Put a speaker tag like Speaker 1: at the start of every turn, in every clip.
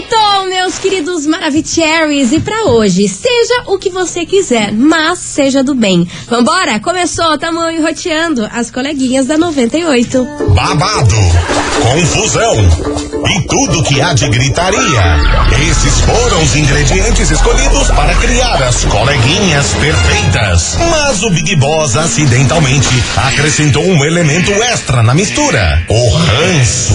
Speaker 1: então, Cherries e pra hoje, seja o que você quiser, mas seja do bem. Vambora? Começou, tamo roteando as coleguinhas da 98.
Speaker 2: Babado, confusão e tudo que há de gritaria. Esses foram os ingredientes escolhidos para criar as coleguinhas perfeitas. Mas o Big Boss acidentalmente acrescentou um elemento extra na mistura: o ranço.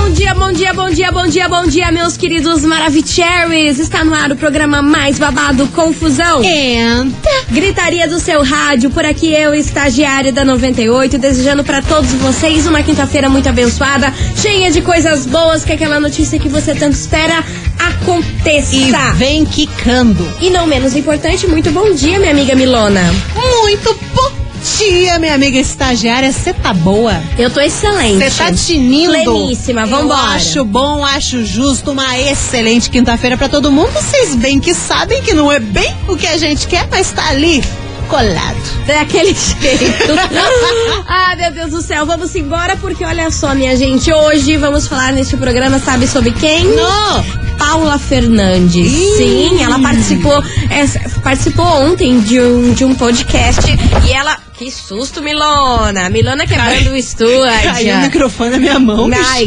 Speaker 1: dia, bom dia, bom dia, bom dia, bom dia, meus queridos Maravicheries. Está no ar o programa mais babado Confusão.
Speaker 3: É. Eita!
Speaker 1: Gritaria do seu rádio, por aqui eu, estagiária da 98, desejando para todos vocês uma quinta-feira muito abençoada, cheia de coisas boas, que aquela notícia que você tanto espera aconteça.
Speaker 3: E vem quicando.
Speaker 1: E não menos importante, muito bom dia, minha amiga Milona.
Speaker 3: Muito bom dia, minha amiga estagiária. Você tá boa?
Speaker 1: Eu tô excelente.
Speaker 3: Você tá tinindo?
Speaker 1: Pleníssima, vambora.
Speaker 3: Eu acho bom, acho justo, uma excelente quinta-feira pra todo mundo. Vocês bem que sabem que não é bem o que a gente quer, mas tá ali colado.
Speaker 1: Daquele jeito. ah, meu Deus do céu, vamos embora porque olha só, minha gente, hoje vamos falar neste programa, sabe sobre quem?
Speaker 3: No!
Speaker 1: Paula Fernandes.
Speaker 3: Ih.
Speaker 1: Sim, ela participou, é, participou ontem de um, de um podcast e ela. Que susto, Milona! Milona quebrando o Stuart.
Speaker 3: Caiu o microfone na minha mão, bicho.
Speaker 1: My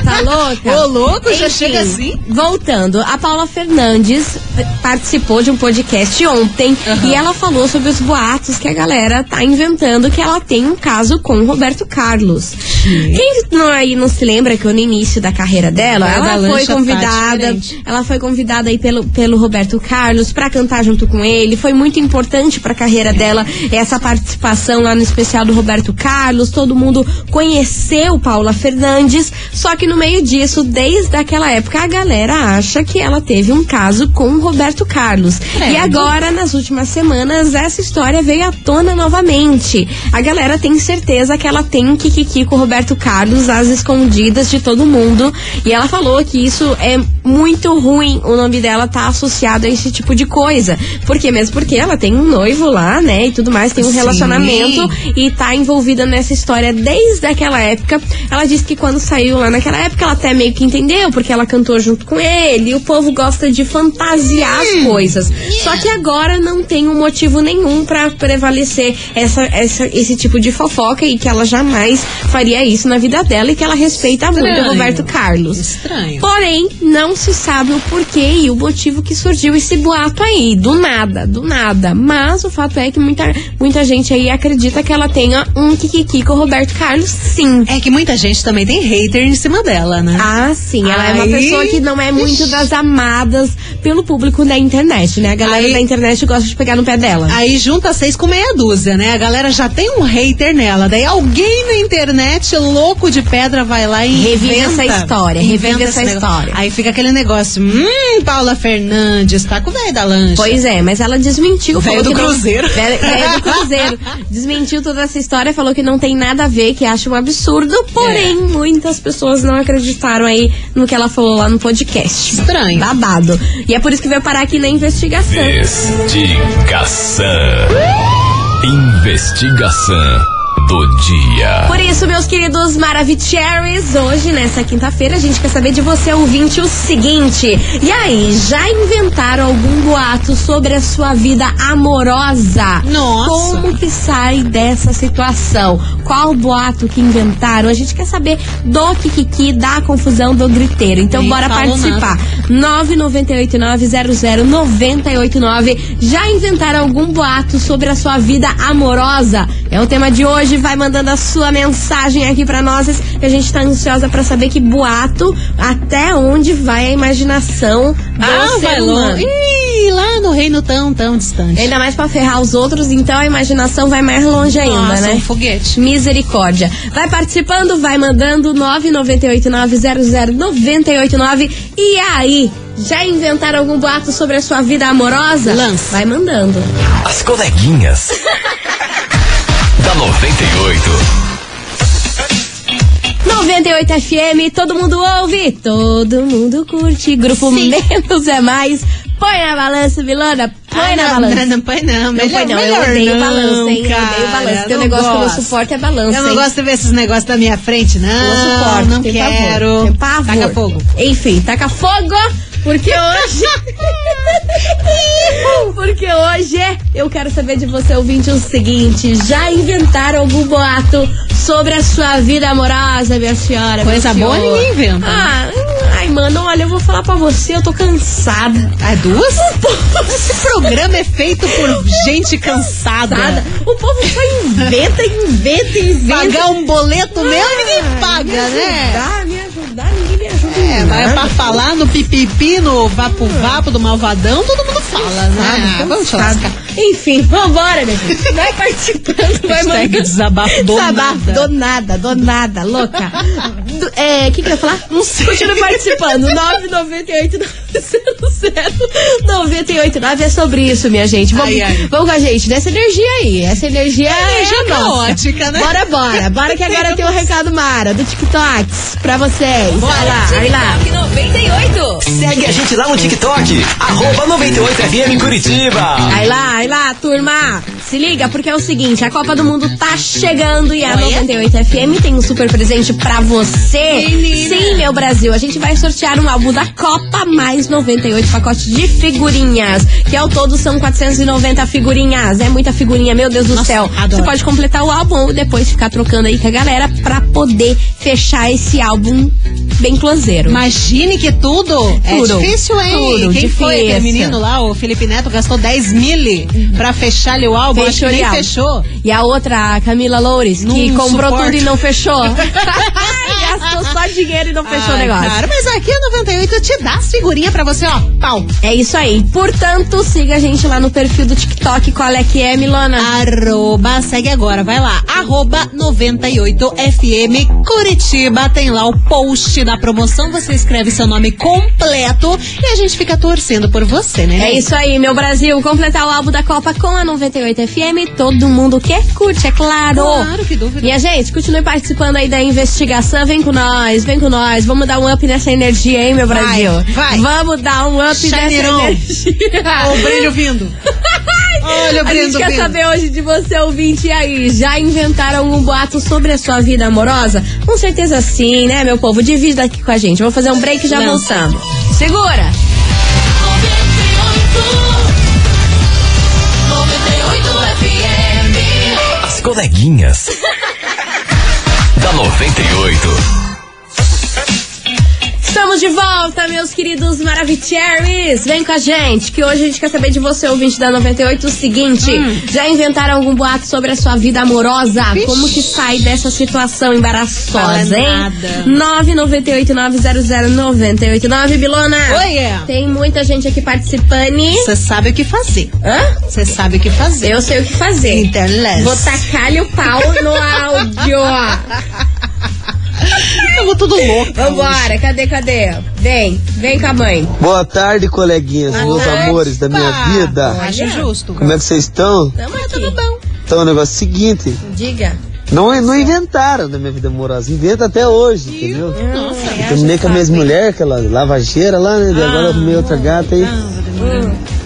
Speaker 1: tá louca?
Speaker 3: Ô, louco, já chega assim?
Speaker 1: Voltando, a Paula Fernandes participou de um podcast ontem e ela falou sobre os boatos que a galera tá inventando que ela tem um caso com o Roberto Carlos. Quem não, aí não se lembra que no início da carreira dela,
Speaker 3: Cada
Speaker 1: ela foi
Speaker 3: lancha tá
Speaker 1: convidada,
Speaker 3: diferente.
Speaker 1: ela foi convidada aí pelo, pelo Roberto Carlos pra cantar junto com ele. Foi muito importante pra carreira dela essa participação lá no especial do Roberto Carlos. Todo mundo conheceu Paula Fernandes. Só que no meio disso, desde aquela época, a galera acha que ela teve um caso com o Roberto Carlos. E
Speaker 3: Credo.
Speaker 1: agora agora, nas últimas semanas, essa história veio à tona novamente. A galera tem certeza que ela tem um Kikiki com o Roberto Carlos às escondidas de todo mundo. E ela falou que isso é muito ruim. O nome dela tá associado a esse tipo de coisa. Porque mesmo porque ela tem um noivo lá, né? E tudo mais, tem um
Speaker 3: Sim.
Speaker 1: relacionamento e tá envolvida nessa história desde aquela época. Ela disse que quando saiu lá naquela época, ela até meio que entendeu, porque ela cantou junto com ele. E o povo gosta de fantasiar as coisas. Só que agora não tem um motivo nenhum pra prevalecer essa, essa- esse tipo de fofoca e que ela jamais faria isso na vida dela e que ela respeita muito o
Speaker 3: Estranho.
Speaker 1: Roberto Carlos.
Speaker 3: Estranho.
Speaker 1: Porém, não se sabe o porquê e o motivo que surgiu esse boato aí. Do nada, do nada. Mas o fato é que muita, muita gente aí acredita que ela tenha um Kikiki com o Roberto Carlos, sim.
Speaker 3: É que muita gente também tem hater em cima dela, né?
Speaker 1: Ah, sim. Ela é uma
Speaker 3: Aí-
Speaker 1: pessoa que não é muito das amadas pelo público da internet, né? A galera
Speaker 3: Aí-
Speaker 1: da internet gosta de pegar no pé dela.
Speaker 3: Aí junta seis com meia dúzia, né? A galera já tem um hater nela. Daí alguém na internet, louco de pedra, vai lá e
Speaker 1: Revive
Speaker 3: inventa,
Speaker 1: essa história, revive
Speaker 3: inventa
Speaker 1: essa
Speaker 3: esse negócio.
Speaker 1: história.
Speaker 3: Aí fica aquele negócio, hum, Paula Fernandes, tá com o velho da lancha.
Speaker 1: Pois é, mas ela desmentiu.
Speaker 3: Velho
Speaker 1: falou
Speaker 3: do
Speaker 1: que não-
Speaker 3: Cruzeiro.
Speaker 1: Velho velho do Cruzeiro. Desmentiu toda essa história, falou que não tem nada a ver, que acha um absurdo.
Speaker 3: É.
Speaker 1: Porém, muitas pessoas não acreditaram aí no que ela falou lá no podcast.
Speaker 3: Estranho.
Speaker 1: Babado. E é por isso que veio parar aqui na investigação.
Speaker 4: Investigação. Investigação do dia.
Speaker 1: Por isso, meus queridos Maravicheries, hoje, nessa quinta-feira, a gente quer saber de você, ouvinte, o seguinte. E aí, já inventaram algum boato sobre a sua vida amorosa?
Speaker 3: Nossa.
Speaker 1: Como que sai dessa situação? Qual boato que inventaram? A gente quer saber do Kikiki, da confusão, do griteiro. Então,
Speaker 3: Nem
Speaker 1: bora
Speaker 3: falou
Speaker 1: participar. 998900989. Já inventaram algum boato sobre a sua vida amorosa? É o tema de hoje. Vai mandando a sua mensagem aqui pra nós. que A gente tá ansiosa pra saber que boato, até onde vai a imaginação do
Speaker 3: ah,
Speaker 1: ser
Speaker 3: vai
Speaker 1: humano.
Speaker 3: longe. Ih, lá no reino tão, tão distante.
Speaker 1: Ainda mais pra ferrar os outros, então a imaginação vai mais longe ainda,
Speaker 3: Nossa,
Speaker 1: né?
Speaker 3: um foguete.
Speaker 1: Misericórdia. Vai participando, vai mandando 998900989. E aí, já inventaram algum boato sobre a sua vida amorosa?
Speaker 3: Lança.
Speaker 1: Vai mandando.
Speaker 4: As coleguinhas. da 98.
Speaker 1: 98 FM, todo mundo ouve, todo mundo curte. Grupo
Speaker 3: Sim.
Speaker 1: Menos é Mais. Põe na balança, Milona. Põe
Speaker 3: Ai,
Speaker 1: é na
Speaker 3: Ah, não,
Speaker 1: balança.
Speaker 3: Não, não põe não.
Speaker 1: Não foi
Speaker 3: melhor-
Speaker 1: não, eu
Speaker 3: melhor
Speaker 1: odeio
Speaker 3: não,
Speaker 1: balança, hein? eu odeio
Speaker 3: cara,
Speaker 1: balança. Tem
Speaker 3: não
Speaker 1: um negócio que eu não
Speaker 3: gosto.
Speaker 1: suporto é balança,
Speaker 3: Eu não
Speaker 1: hein?
Speaker 3: gosto de ver esses negócios da minha frente, não.
Speaker 1: Eu não suporto,
Speaker 3: Ah, não
Speaker 1: tem
Speaker 3: quero.
Speaker 1: Pavor, tem pavor.
Speaker 3: Taca fogo.
Speaker 1: Enfim, taca fogo, porque hoje... porque hoje eu quero saber de você, ouvinte, o seguinte. Já inventaram algum boato sobre a sua vida amorosa, minha senhora? meu
Speaker 3: Coisa boa
Speaker 1: senhor?
Speaker 3: ninguém inventa.
Speaker 1: Ah, hum, ai, mano, olha, eu vou falar pra você, eu tô cansada.
Speaker 3: Ah, duas? Esse programa é feito por gente cansada.
Speaker 1: Cansada. O povo só inventa, inventa, inventa.
Speaker 3: Pagar um boleto meu,
Speaker 1: Ah,
Speaker 3: ninguém paga,
Speaker 1: me
Speaker 3: né?
Speaker 1: ajudar, me ajudar, ninguém me ajuda. em
Speaker 3: É, vai
Speaker 1: nada.
Speaker 3: pra falar no pipipi, no vapo-vapo do malvadão, todo mundo fala, né?
Speaker 1: Ah,
Speaker 3: Ah, vamos te
Speaker 1: cansada.
Speaker 3: lascar.
Speaker 1: Enfim, vambora, minha gente. Vai participando, vai
Speaker 3: Hashtag
Speaker 1: mandando.
Speaker 3: desabafo do
Speaker 1: Desabafo
Speaker 3: nada.
Speaker 1: do nada, do nada, louca. Do- é, o que que eu ia falar? Não sei. Continua participando. 998-900-989 é sobre isso, minha gente. Vamos,
Speaker 3: Ai, ai.
Speaker 1: vamos com a gente nessa energia aí. Essa energia é,
Speaker 3: energia
Speaker 1: nossa.
Speaker 3: caótica, né?
Speaker 1: Bora, bora. Bora que agora tem um recado Mara do TikTok pra vocês. Bora lá, vai lá.
Speaker 5: Segue a gente lá no TikTok, arroba 98FM Curitiba.
Speaker 1: Aí lá, aí lá, turma! Se liga, porque é o seguinte, a Copa do Mundo tá chegando e a
Speaker 3: Olha.
Speaker 1: 98FM tem um super presente pra você.
Speaker 3: Menina.
Speaker 1: Sim, meu Brasil, a gente vai sortear um álbum da Copa mais 98 pacote de figurinhas, que ao todo são 490 figurinhas. É muita figurinha, meu Deus do céu. Você
Speaker 3: adoro.
Speaker 1: pode completar o álbum ou depois ficar trocando aí com a galera pra poder fechar esse álbum bem closeiro.
Speaker 3: Imagine que tudo, é
Speaker 1: Tudo.
Speaker 3: difícil, hein?
Speaker 1: Tudo,
Speaker 3: Quem foi
Speaker 1: difícil.
Speaker 3: aquele menino lá, o Felipe Neto, gastou 10 mil pra fechar ali o álbum? Acho que
Speaker 1: Fechou
Speaker 3: nem
Speaker 1: real.
Speaker 3: fechou.
Speaker 1: E a outra, a Camila Loures, que
Speaker 3: Não
Speaker 1: comprou
Speaker 3: suporto.
Speaker 1: tudo e não fechou. Gastou só dinheiro e não fechou o
Speaker 3: Ai,
Speaker 1: negócio.
Speaker 3: Claro, mas aqui é a 98 te dá as figurinhas pra você, ó, pau.
Speaker 1: É isso aí. Portanto, siga a gente lá no perfil do TikTok. Qual é que é, Milona?
Speaker 3: Arroba, segue agora, vai lá. Arroba 98FM Curitiba. Tem lá o post da promoção. Você escreve seu nome completo e a gente fica torcendo por você, né?
Speaker 1: É isso aí, meu Brasil. Completar o álbum da Copa com a 98 FM. Todo mundo quer, curte, é claro.
Speaker 3: Claro, que dúvida.
Speaker 1: Minha gente, continue participando aí da investigação. Vem com nós, vem com nós. Vamos dar um up nessa energia, hein, meu
Speaker 3: Vai,
Speaker 1: Brasil?
Speaker 3: vai.
Speaker 1: Vamos dar um up
Speaker 3: Chaneirão.
Speaker 1: nessa energia.
Speaker 3: Ó, o brilho vindo. Olha o
Speaker 1: A
Speaker 3: brilho
Speaker 1: gente
Speaker 3: do
Speaker 1: quer
Speaker 3: vindo.
Speaker 1: saber hoje de você, ouvinte, e aí, já inventaram algum boato sobre a sua vida amorosa? Com certeza sim, né, meu povo? Divide aqui com a gente. Vou fazer um break e já
Speaker 3: Lança.
Speaker 1: voltamos. Segura!
Speaker 6: 98 FM.
Speaker 4: As coleguinhas. da 98.
Speaker 1: Estamos de volta, meus queridos Maravicheries! Vem com a gente, que hoje a gente quer saber de você, ouvinte da 98, o seguinte:
Speaker 3: Hum.
Speaker 1: já inventaram algum boato sobre a sua vida amorosa? Como que sai dessa situação
Speaker 3: Fala
Speaker 1: embaraçosa, hein?
Speaker 3: nada.
Speaker 1: 998900989, Bilona!
Speaker 3: Oiê.
Speaker 1: Tem muita gente aqui participando.
Speaker 3: é. Você sabe o que fazer.
Speaker 1: Hã?
Speaker 3: Você sabe o que fazer.
Speaker 1: Eu sei o que fazer.
Speaker 3: Interless.
Speaker 1: Vou tá tacar-lhe o pau no áudio.
Speaker 3: Eu vou tudo louco.
Speaker 1: Vambora, cadê, cadê? Vem, vem com a mãe.
Speaker 7: Boa tarde, coleguinhas, meus amores da minha
Speaker 3: Ah,
Speaker 7: vida.
Speaker 3: Acho justo.
Speaker 7: Como é que vocês estão?
Speaker 1: Tamo aqui.
Speaker 7: Então, o negócio é o seguinte:
Speaker 1: Diga.
Speaker 7: não, não inventaram da minha vida amorosa, inventa até hoje, entendeu? Eu Terminei com a minha mulher, aquela lavageira lá, né? Daí Agora eu arrumei outra gata aí.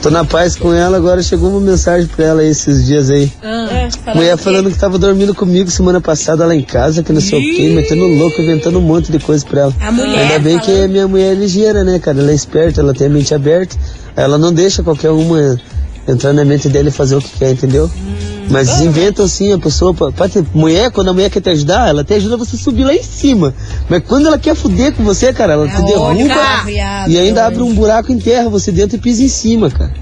Speaker 7: Tô na paz com ela, agora chegou uma mensagem pra ela aí esses dias aí.
Speaker 1: Hum.
Speaker 7: Mulher falando que tava dormindo comigo semana passada lá em casa, que não sei o quê, metendo louco, inventando um monte de coisa pra ela.
Speaker 1: A mulher
Speaker 7: Ainda bem que a minha mulher é ligeira, né, cara? Ela é esperta, ela tem a mente aberta, ela não deixa qualquer uma entrar na mente dela e fazer o que quer, entendeu? Mas inventam sim a pessoa. pra- pra te- mulher, quando a mulher quer te ajudar, ela te ajuda você subir lá em cima. Mas quando ela quer fuder com você, cara,
Speaker 3: É
Speaker 7: ela te derruba
Speaker 1: outra, viado.
Speaker 7: e ainda abre um buraco em terra você dentro e pisa em cima, cara.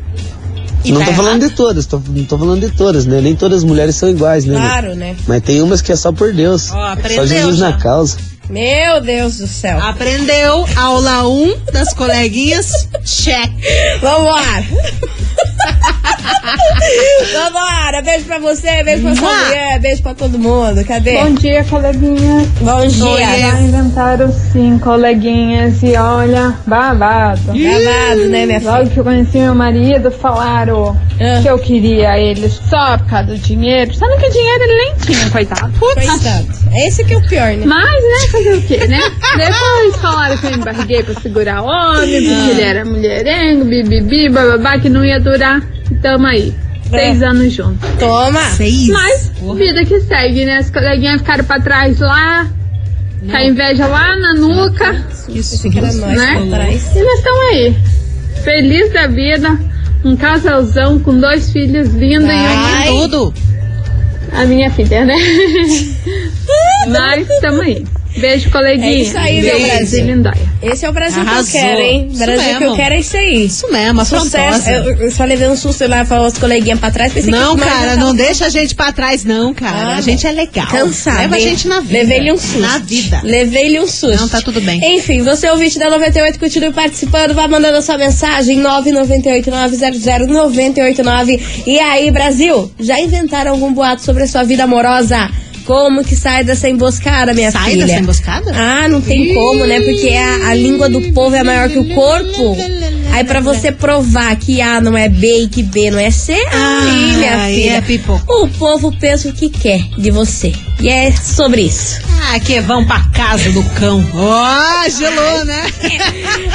Speaker 3: E
Speaker 7: não
Speaker 3: tá
Speaker 7: tô falando
Speaker 3: errado.
Speaker 7: de todas, tô, não tô falando de todas, né? Nem todas as mulheres são iguais, né? né?
Speaker 1: Claro, né?
Speaker 7: Mas tem umas que é só por Deus.
Speaker 3: Ó,
Speaker 7: só
Speaker 3: aprendeu
Speaker 7: Jesus
Speaker 3: já.
Speaker 7: na causa.
Speaker 1: Meu Deus do céu.
Speaker 7: é?
Speaker 3: Aprendeu aula 1 um das coleguinhas. Check.
Speaker 1: Vambora! Vambora, coleguinha. Beijo pra você, beijo pra sua
Speaker 3: Mua.
Speaker 1: mulher, beijo pra todo mundo. Cadê?
Speaker 8: Bom dia, coleguinha.
Speaker 1: Bom
Speaker 3: Oiê.
Speaker 1: dia.
Speaker 8: Já inventaram sim, coleguinhas, e olha, babado.
Speaker 1: Gravado, né, minha filha?
Speaker 8: Logo que eu conheci meu marido, falaram
Speaker 1: Ah.
Speaker 8: que eu queria ele só por causa do dinheiro, sendo que o dinheiro ele nem tinha, coitado.
Speaker 1: Coitado. Esse que é o pior, né?
Speaker 8: Mas, né, fazer o quê, né? Depois falaram que eu embarguei pra segurar ônibus,
Speaker 1: Ah.
Speaker 8: que ele era mulherengo, bibibi, bababá, que não ia durar. E Tamo aí,
Speaker 1: É.
Speaker 8: seis anos juntos.
Speaker 1: Toma.
Speaker 3: Seis.
Speaker 8: Mas, vida que segue, né? As coleguinhas ficaram pra trás lá, com a inveja lá na nuca,
Speaker 3: Isso,
Speaker 1: Pra nós,
Speaker 8: né?
Speaker 1: pra trás.
Speaker 8: E nós estamos aí, feliz da vida, um casalzão com dois filhos lindos e
Speaker 1: Ai.
Speaker 3: Tudo.
Speaker 8: uma- a minha filha, né? Mas estamos aí. Beijo, coleguinha.
Speaker 1: É isso aí, meu
Speaker 8: Beijo,
Speaker 1: Brasil.
Speaker 8: lindóia.
Speaker 1: Esse é o Brasil que
Speaker 3: Arrasou.
Speaker 1: eu quero, hein?
Speaker 3: Isso
Speaker 1: Brasil que
Speaker 3: mesmo.
Speaker 1: eu quero é isso aí.
Speaker 3: Isso mesmo,
Speaker 1: Sucesso.
Speaker 3: afrontosa.
Speaker 1: Eu, eu só levei um susto lá para os coleguinhas pra trás. Pensei
Speaker 3: Não,
Speaker 1: que
Speaker 3: cara, não deixa a gente pra trás, não, cara.
Speaker 1: Ah,
Speaker 3: a gente é legal.
Speaker 1: Cansado.
Speaker 3: Leva a gente na vida.
Speaker 1: Levei-lhe um susto.
Speaker 3: Na vida.
Speaker 1: Levei-lhe um susto.
Speaker 3: Não, tá tudo bem.
Speaker 1: Enfim, você é ouvinte da 98, continue participando, vai mandando a sua mensagem 998900989. E aí, Brasil, já inventaram algum boato sobre a sua vida amorosa? Como que sai dessa emboscada, minha
Speaker 3: Sai
Speaker 1: filha?
Speaker 3: dessa emboscada?
Speaker 1: Ah, não tem como, né? Porque a, a língua do povo é maior que o corpo. Aí pra você provar que A não é B e que B não é C, aí, minha
Speaker 3: aí
Speaker 1: filha,
Speaker 3: é pipoco.
Speaker 1: o povo pensa o que quer de você. E é sobre isso.
Speaker 3: Ah, que vão pra casa do cão. Ó, gelou, né?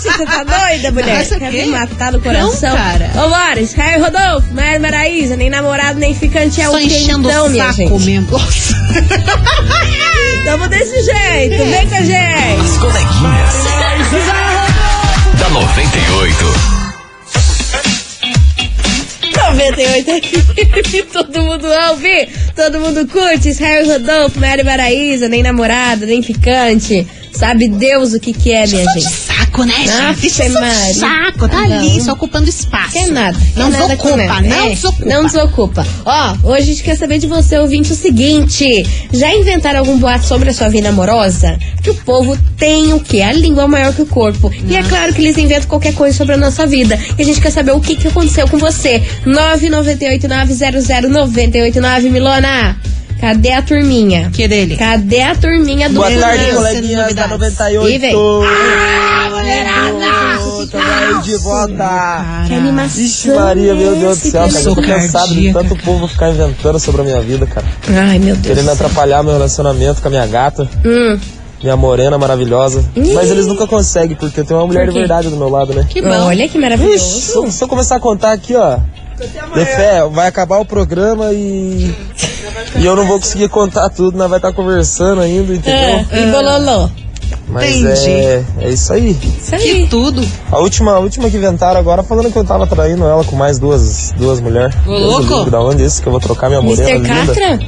Speaker 1: Você tá doida, mulher?
Speaker 3: Nossa,
Speaker 1: Quer
Speaker 3: que?
Speaker 1: me matar no coração?
Speaker 3: Não, cara.
Speaker 1: Vambora, Sky Rodolfo, Maíra Maraíza, nem namorado, nem ficante é
Speaker 3: Só
Speaker 1: o que
Speaker 3: enchendo
Speaker 1: então,
Speaker 3: o
Speaker 1: minha
Speaker 3: saco
Speaker 1: gente.
Speaker 3: mesmo. Nossa.
Speaker 1: Tamo desse jeito, vem com a gente.
Speaker 4: As coleguinhas. Da 98.
Speaker 1: 98 aqui, todo mundo ouve, todo mundo curte. Israel Rodolfo, Maíra Maraíza, nem namorado, nem ficante. Sabe Deus o que que é, minha
Speaker 3: Só de
Speaker 1: gente.
Speaker 3: saco, né,
Speaker 1: Ave
Speaker 3: gente? Isso é só
Speaker 1: Maria.
Speaker 3: de saco. Tá
Speaker 1: Não.
Speaker 3: ali, só ocupando espaço.
Speaker 1: Quer nada.
Speaker 3: Não
Speaker 1: quer nada
Speaker 3: desocupa,
Speaker 1: com nada.
Speaker 3: não
Speaker 1: É,
Speaker 3: desocupa.
Speaker 1: Não desocupa. Ó, hoje a gente quer saber de você, ouvinte, o seguinte. Já inventaram algum boato sobre a sua vida amorosa? Que o povo tem o quê? A língua maior que o corpo. E é claro que eles inventam qualquer coisa sobre a nossa vida. E a gente quer saber o que, que aconteceu com você. 998900989, Milona. Cadê a turminha?
Speaker 3: Que dele?
Speaker 1: Cadê a turminha do
Speaker 9: Boa
Speaker 1: Milona?
Speaker 9: tarde,
Speaker 3: Deus,
Speaker 9: coleguinhas da
Speaker 3: novidades.
Speaker 1: E
Speaker 9: 98.
Speaker 1: vem. Ah,
Speaker 9: Tamo aí de volta.
Speaker 1: Que
Speaker 3: Cara,
Speaker 1: animação.
Speaker 9: Vixe Maria, meu Deus do céu, cara. Eu tô
Speaker 3: pessoa
Speaker 9: cansado de
Speaker 3: cardíaca,
Speaker 9: tanto povo ficar inventando sobre a minha vida, cara.
Speaker 1: Ai, meu Deus.
Speaker 9: Querendo atrapalhar meu relacionamento com a minha gata,
Speaker 1: Hum.
Speaker 9: minha morena maravilhosa.
Speaker 1: Ih.
Speaker 9: Mas eles nunca conseguem, porque eu tenho uma mulher de
Speaker 1: quê?
Speaker 9: verdade do meu lado, né?
Speaker 3: Que bom.
Speaker 1: Olha que
Speaker 9: Vixe,
Speaker 1: maravilhoso.
Speaker 9: se eu- se eu começar a contar aqui, ó. De fé, vai acabar o programa e. E eu não vou conseguir contar tudo, nós vai estar conversando ainda, entendeu?
Speaker 1: Ah, e bololô.
Speaker 9: Mas
Speaker 3: entendi.
Speaker 9: é, é isso aí.
Speaker 1: Isso
Speaker 3: Que
Speaker 1: aí.
Speaker 3: tudo.
Speaker 9: A última, a última que inventaram agora falando que eu tava traindo ela com mais duas, duas mulheres.
Speaker 3: Ô,
Speaker 9: Deus
Speaker 3: louco.
Speaker 9: do livre, Da onde é isso que eu vou trocar minha morena
Speaker 1: Mr.
Speaker 9: linda?
Speaker 1: Catra?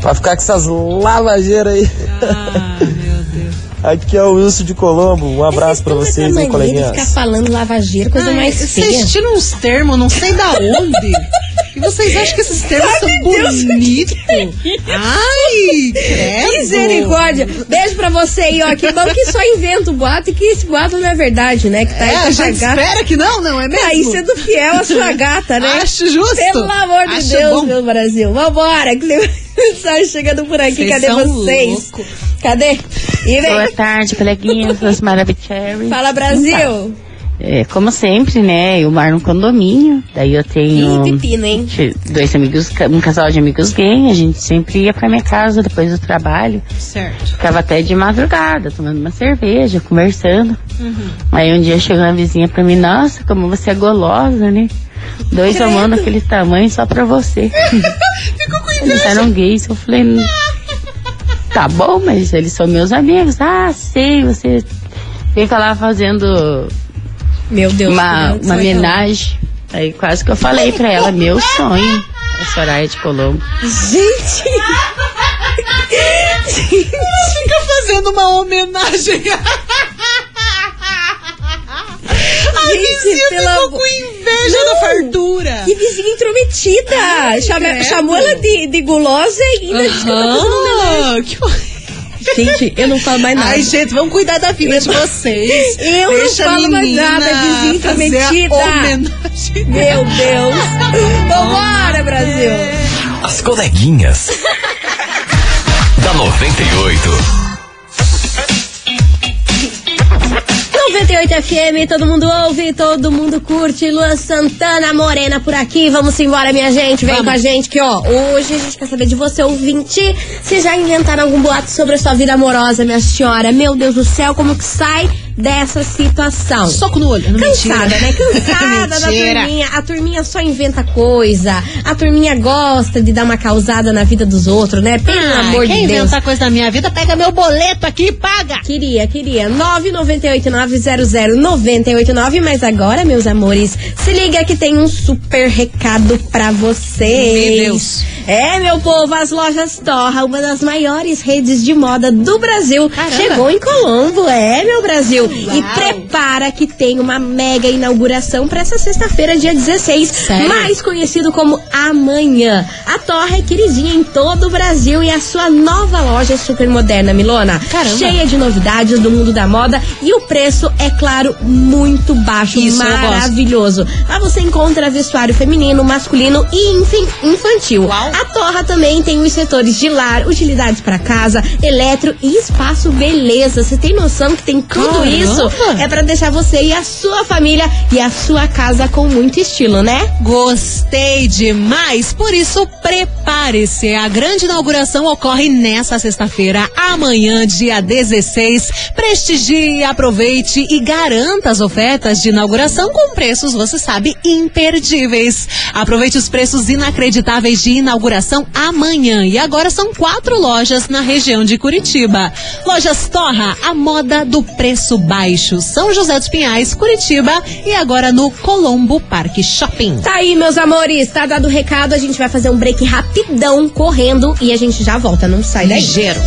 Speaker 9: Pra ficar com essas lavageiras aí.
Speaker 3: Ah, meu Deus.
Speaker 9: Aqui é o Wilson de Colombo. Um abraço
Speaker 3: é
Speaker 9: pra
Speaker 1: Vocês
Speaker 9: vocês,
Speaker 3: tá
Speaker 1: estão dessa mania
Speaker 9: hein,
Speaker 1: de
Speaker 9: coleguinhas.
Speaker 1: ficar falando lavageiro, coisa mais feia.
Speaker 3: Vocês tiram uns termos, não sei da onde. E vocês acham que esses termos são bonitos? Ai, credo.
Speaker 1: Misericórdia. Beijo pra você aí, ó. Que bom que só inventa o boato e que esse boato não é verdade, né? Que tá aí
Speaker 3: É,
Speaker 1: com
Speaker 3: a
Speaker 1: a sua
Speaker 3: gente
Speaker 1: gata.
Speaker 3: espera que não, não é mesmo?
Speaker 1: Aí sendo fiel à sua gata, né?
Speaker 3: Acho justo.
Speaker 1: Pelo amor de
Speaker 3: Acho
Speaker 1: Deus,
Speaker 3: bom.
Speaker 1: meu Brasil. Vambora, que tem mensagem chegando por aqui.
Speaker 3: Vocês
Speaker 1: Cadê
Speaker 3: são
Speaker 1: vocês?
Speaker 3: louco. é?
Speaker 1: Cadê? E
Speaker 10: Boa
Speaker 1: vem,
Speaker 10: tarde, coleguinhas, Osmara Bicherry.
Speaker 1: fala Brasil.
Speaker 3: tá.
Speaker 10: É, como sempre, né? Eu moro num condomínio, daí eu tenho
Speaker 1: Ih, pepino, hein?
Speaker 10: t- dois amigos, ca- um casal de amigos gay, a gente sempre ia pra minha casa depois do trabalho.
Speaker 3: Certo.
Speaker 10: Ficava até de madrugada, tomando uma cerveja, conversando.
Speaker 3: Uhum.
Speaker 10: Aí um dia chegou uma vizinha pra mim, nossa, como você é golosa, né? Dois amando aquele tamanho só pra você.
Speaker 3: Ficou com
Speaker 10: Eles eram gays. Eu falei, "Não, tá bom, mas eles são meus amigos. Ah, sei, você fica lá fazendo
Speaker 1: Meu Deus.
Speaker 10: uma,
Speaker 1: que
Speaker 10: uma
Speaker 1: sonho.
Speaker 10: homenagem. Aí quase que eu falei pra ela, meu sonho. A Soraya de Colombo.
Speaker 1: Gente!
Speaker 3: Fica fazendo uma homenagem. A
Speaker 1: Gente,
Speaker 3: vizinha
Speaker 1: pelo
Speaker 3: ficou
Speaker 1: amor-
Speaker 3: com inveja da fartura.
Speaker 1: Que vizinha intrometida! Chama-
Speaker 3: credo.
Speaker 1: chamou ela de, de gulosa e ainda diz que eu tô fazendo homenagem.
Speaker 3: Ah, que
Speaker 1: Ah, Gente, eu não falo mais nada.
Speaker 3: Ai, gente, vamos cuidar da vida de vocês.
Speaker 1: Eu não
Speaker 3: Deixa a
Speaker 1: falo mais
Speaker 3: menina
Speaker 1: nada, vizinha
Speaker 3: fazer a
Speaker 1: intrometida.
Speaker 3: homenagem.
Speaker 1: Meu Deus! Vambora, Brasil!
Speaker 4: coleguinhas. da 98.
Speaker 1: 98 FM, todo mundo ouve, todo mundo curte. Luan Santana Morena por aqui. Vamos embora, minha gente. Vem com a gente que, ó, hoje a gente quer saber de você, ouvinte, se já inventaram algum boato sobre a sua vida amorosa, minha senhora. Meu Deus do céu, como que sai dessa situação?
Speaker 3: Soco no olho. Não,
Speaker 1: Cansada, né? Cansada da
Speaker 3: Mentira.
Speaker 1: turminha. A turminha só inventa coisa. A turminha gosta de dar uma causada na vida dos outros, né? Pelo
Speaker 3: Ah,
Speaker 1: amor
Speaker 3: quem
Speaker 1: de Deus.
Speaker 3: inventar coisa na minha vida, pega meu boleto aqui e paga.
Speaker 1: Queria, queria. 998900989. Mas agora, meus amores, se liga que tem um super recado pra vocês.
Speaker 3: Meu Deus.
Speaker 1: É, meu povo, as lojas Torra, uma das maiores redes de moda do Brasil, chegou em Colombo. É, meu Brasil. E prepara que tem uma mega inauguração pra essa sexta-feira, dia 16.
Speaker 3: Sério?
Speaker 1: Mais conhecido como Amanhã. A Torra é queridinha em todo o Brasil e a sua nova loja é super moderna, Milona.
Speaker 3: Caramba.
Speaker 1: Cheia de novidades do mundo da moda e o preço, é claro, muito baixo.
Speaker 3: Isso, eu gosto.
Speaker 1: maravilhoso. Lá você encontra vestuário feminino, masculino e infin- infantil. A Torra também tem os setores de lar, utilidades para casa, eletro e espaço beleza. Você tem noção que tem tudo
Speaker 3: Caramba.
Speaker 1: isso? É para deixar você e a sua família e a sua casa com muito estilo, né?
Speaker 3: Gostei demais, por isso prepare-se. A grande inauguração ocorre nesta sexta-feira, amanhã, dia 16. Prestigie, aproveite e garanta as ofertas de inauguração com preços, você sabe, imperdíveis. Aproveite os preços inacreditáveis de inauguração amanhã. E agora são quatro lojas na região de Curitiba. Lojas Torra, a moda do preço baixo. São José dos Pinhais, Curitiba e agora no Colombo Parque Shopping.
Speaker 1: Tá aí, meus amores, tá dado o recado. A gente vai fazer um break rapidão, correndo, e a gente já volta. Não sai daí.
Speaker 3: Ligeiro.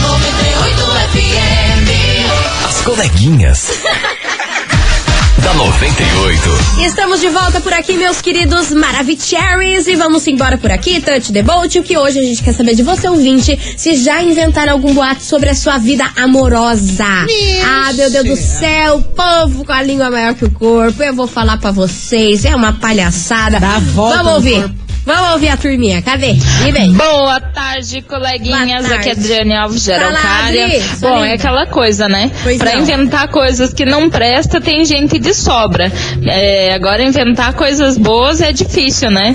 Speaker 11: 98 FM.
Speaker 4: As coleguinhas. da 98.
Speaker 1: Estamos de volta por aqui, meus queridos Maravicheries, e vamos embora por aqui, Touch the Bolt, o que hoje a gente quer saber de você, ouvinte, se já inventaram algum boato sobre a sua vida amorosa. Ah, meu Deus do céu, povo com a língua maior que o corpo, eu vou falar pra vocês, é uma palhaçada.
Speaker 3: Dá a volta
Speaker 1: vamos
Speaker 3: no
Speaker 1: ouvir,
Speaker 3: corpo.
Speaker 1: vamos ouvir a turminha, cadê? Me vem.
Speaker 12: Boa tarde, coleguinhas.
Speaker 1: Boa tarde.
Speaker 12: Aqui é Adriane Alves de
Speaker 1: Fala,
Speaker 12: Araucária.
Speaker 1: Adri, sua
Speaker 12: Bom,
Speaker 1: linda.
Speaker 12: é aquela coisa, né?
Speaker 1: Pois
Speaker 12: Pra
Speaker 1: não.
Speaker 12: inventar coisas que não presta, tem gente de sobra. É, agora, inventar coisas boas é difícil, né?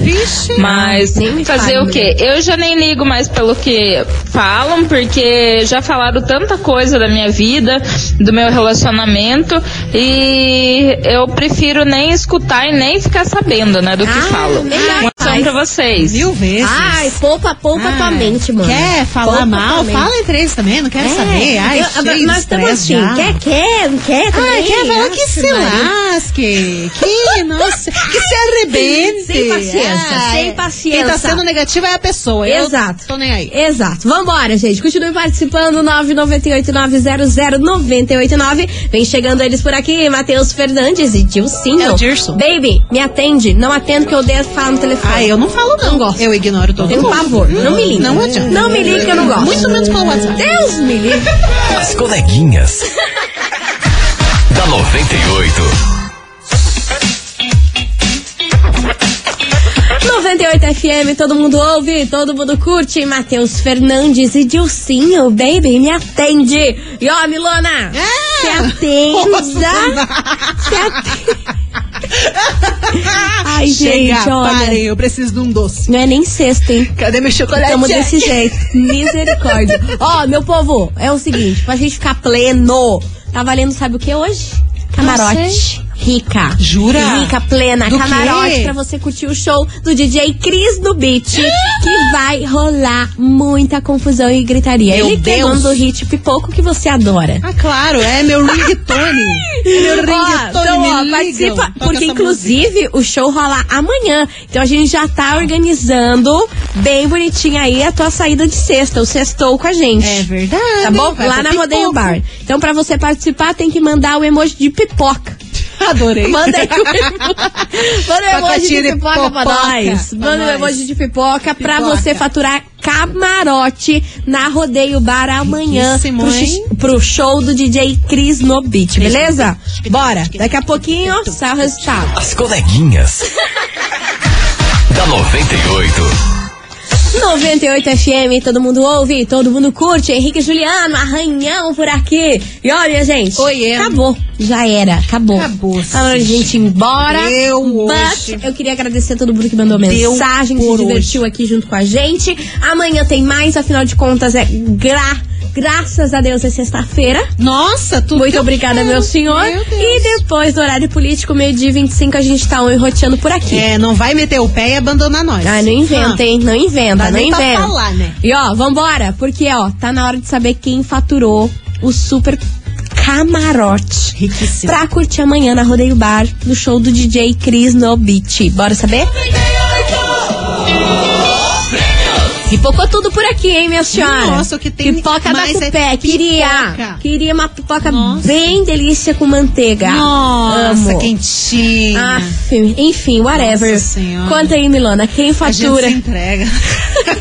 Speaker 12: Mas
Speaker 1: nem me
Speaker 12: fazer
Speaker 1: fale, né?
Speaker 12: o quê? Eu já nem ligo mais pelo que falam, porque já falaram tanta coisa da minha vida, do meu relacionamento, e eu prefiro nem escutar e nem ficar sabendo, né, do que
Speaker 1: Ah,
Speaker 12: falam.
Speaker 1: verdade.
Speaker 12: Um abração pra vocês.
Speaker 3: Mil vezes.
Speaker 1: Ai, poupa, poupa
Speaker 3: Ah,
Speaker 1: tua mente, mano.
Speaker 3: Quer falar
Speaker 1: Poupa tua
Speaker 3: mal?
Speaker 1: mente.
Speaker 3: Fala entre eles também, não quero
Speaker 1: É,
Speaker 3: saber. Ai,
Speaker 1: eu-
Speaker 3: cheio
Speaker 1: nós
Speaker 3: de
Speaker 1: estamos
Speaker 3: estresse
Speaker 1: assim,
Speaker 3: já.
Speaker 1: quer, quer, não quer também.
Speaker 3: Ai, quer falar que
Speaker 1: Aff,
Speaker 3: se
Speaker 1: Maria.
Speaker 3: lasque. Que, nossa, que se arrebente.
Speaker 1: Sem paciência,
Speaker 3: Ai,
Speaker 1: sem paciência.
Speaker 3: Quem tá sendo negativo é a pessoa. Eu
Speaker 1: Exato.
Speaker 3: Tô nem aí.
Speaker 1: Exato. Vambora, gente. Continue participando. 998-900-989. Vem chegando eles por aqui. Matheus Fernandes e Dilcinho.
Speaker 3: É o Dirson.
Speaker 1: Baby, me atende. Não atendo que eu odeio falar no telefone.
Speaker 3: Ai, eu não falo não.
Speaker 1: Não gosto.
Speaker 3: Eu ignoro todo
Speaker 1: Tenho
Speaker 3: mundo.
Speaker 1: pavor. Não me liga.
Speaker 3: Não adianta.
Speaker 1: Não me liga que eu não gosto.
Speaker 3: Muito menos pelo WhatsApp.
Speaker 1: Deus me livre.
Speaker 4: As coleguinhas. da 98.
Speaker 1: 98 FM, todo mundo ouve, todo mundo curte. Matheus Fernandes e Dilcinho, baby, me atende. E ó, Milona, se atenda. Se atenda. Ai,
Speaker 3: Chega,
Speaker 1: gente, olha.
Speaker 3: parem, eu preciso de um doce.
Speaker 1: Não é nem sexta, hein?
Speaker 3: Cadê meu chocolate?
Speaker 1: Estamos desse jeito. Misericórdia. Ó, meu povo, é o seguinte, pra gente ficar pleno, tá valendo sabe o que hoje?
Speaker 3: Não
Speaker 1: Camarote. Rica.
Speaker 3: Jura?
Speaker 1: Rica, plena,
Speaker 3: Do
Speaker 1: camarote
Speaker 3: quê?
Speaker 1: pra você curtir o show do DJ Cris do Beat, que vai rolar muita confusão e gritaria.
Speaker 3: Meu
Speaker 1: Ele que é
Speaker 3: Deus.
Speaker 1: dono do hit Pipoco que você adora.
Speaker 3: Ah, claro, é meu ringtone. É meu
Speaker 1: Ó,
Speaker 3: ringtone,
Speaker 1: então,
Speaker 3: me
Speaker 1: ó,
Speaker 3: ligam.
Speaker 1: participa,
Speaker 3: Toca
Speaker 1: porque
Speaker 3: essa
Speaker 1: inclusive o show rola amanhã. Então a gente já tá organizando bem bonitinho aí a tua saída de sexta, o sextou com a gente.
Speaker 3: É verdade.
Speaker 1: Tá bom?
Speaker 3: Vai
Speaker 1: Lá
Speaker 3: pro
Speaker 1: na
Speaker 3: pipoco.
Speaker 1: Rodeio Bar. Então pra você participar tem que mandar o emoji de pipoca.
Speaker 3: Adorei.
Speaker 1: Manda aí o Manda o emoji
Speaker 3: Pacotinho
Speaker 1: de
Speaker 3: de
Speaker 1: pipoca pra
Speaker 3: popoca
Speaker 1: nós.
Speaker 3: pra
Speaker 1: Manda o
Speaker 3: nós.
Speaker 1: emoji de pipoca pra
Speaker 3: Pipoca.
Speaker 1: você faturar camarote na Rodeio Bar amanhã
Speaker 3: Riquíssimo,
Speaker 1: pro, xi-
Speaker 3: hein?
Speaker 1: pro show do DJ Cris no Beat, beleza? Bora, É, daqui a pouquinho sai o resultado.
Speaker 4: As coleguinhas. da 98.
Speaker 1: 98 FM, todo mundo ouve, todo mundo curte. Henrique e Juliano, arranhão por aqui. E olha, gente, acabou. Já era, acabou. Acabou. a gente ir embora.
Speaker 3: Deu
Speaker 1: Mas
Speaker 3: hoje.
Speaker 1: eu queria agradecer a todo mundo que mandou
Speaker 3: Deu
Speaker 1: mensagem,
Speaker 3: por
Speaker 1: se divertiu aqui junto com a gente. Amanhã tem mais, afinal de contas é gra Graças a Deus é sexta-feira.
Speaker 3: Nossa, tudo
Speaker 1: Muito obrigada, meu senhor. e depois do horário político, meio-dia e 25, a gente tá um enroteando por aqui.
Speaker 3: É, não vai meter o pé e abandonar nós.
Speaker 1: Ah, não inventa,
Speaker 3: Ah.
Speaker 1: hein? Não inventa,
Speaker 3: Dá
Speaker 1: não
Speaker 3: nem pra
Speaker 1: inventa.
Speaker 3: falar, né?
Speaker 1: E ó, vambora, porque ó, tá na hora de saber quem faturou o super camarote.
Speaker 3: Ah. Riquíssimo.
Speaker 1: Pra curtir amanhã na Rodeio Bar, no show do DJ Chris no Beat. Bora saber? Pipocou tudo por aqui, hein, minha senhora?
Speaker 3: Nossa, o que tem
Speaker 1: Pipoca da
Speaker 3: mais é
Speaker 1: Cupé, queria.
Speaker 3: pipoca.
Speaker 1: Queria uma pipoca bem delícia com manteiga.
Speaker 3: Nossa,
Speaker 1: Amo. Ah,
Speaker 3: quentinha.
Speaker 1: Aff, enfim, whatever.
Speaker 3: Nossa Senhora.
Speaker 1: Conta aí, Milona, quem
Speaker 3: A gente
Speaker 1: fatura?
Speaker 3: se entrega.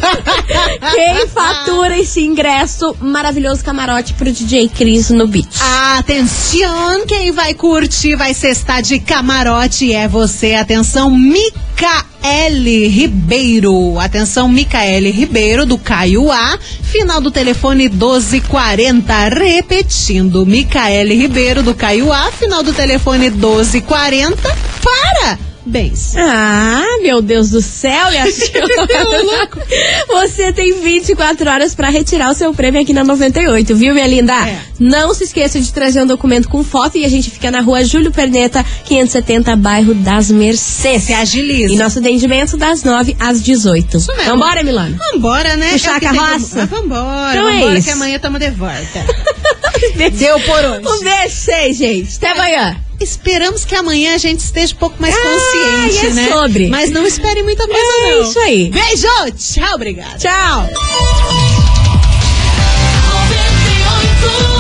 Speaker 1: Quem fatura esse ingresso maravilhoso camarote pro DJ Cris no beat?
Speaker 3: Atenção, quem vai curtir, vai cestar de camarote é você. Atenção, Micaele Ribeiro. Atenção, Micaele Ribeiro, do Caio A. Final do telefone 1240. Repetindo, Micaele Ribeiro, do Caio A. Final do telefone 1240. Para! Bens.
Speaker 1: Ah, meu Deus do céu, minha senhora. Você tem 24 horas pra retirar o seu prêmio aqui na 98, viu, minha linda? Não se esqueça de trazer um documento com foto e a gente fica na rua Júlio Perneta, 570, bairro das Mercês. Se
Speaker 3: agiliza.
Speaker 1: E nosso atendimento das 9 às 18.
Speaker 3: mesmo.
Speaker 1: Vambora, Milana.
Speaker 3: Vambora, né?
Speaker 1: Puxar
Speaker 3: É o que
Speaker 1: a
Speaker 3: tem
Speaker 1: carroça?
Speaker 3: como- Ah, Vambora,
Speaker 1: Então é
Speaker 3: vambora que
Speaker 1: isso.
Speaker 3: amanhã tamo de volta. Deu por hoje.
Speaker 1: Um beijo, pra vocês, gente. Até amanhã.
Speaker 3: Esperamos que amanhã a gente esteja um pouco mais
Speaker 1: Ah,
Speaker 3: consciente,
Speaker 1: é
Speaker 3: né?
Speaker 1: sobre.
Speaker 3: Mas não espere muita coisa,
Speaker 1: É
Speaker 3: não.
Speaker 1: isso aí.
Speaker 3: Beijo, tchau, obrigada.
Speaker 1: Tchau.
Speaker 6: 98.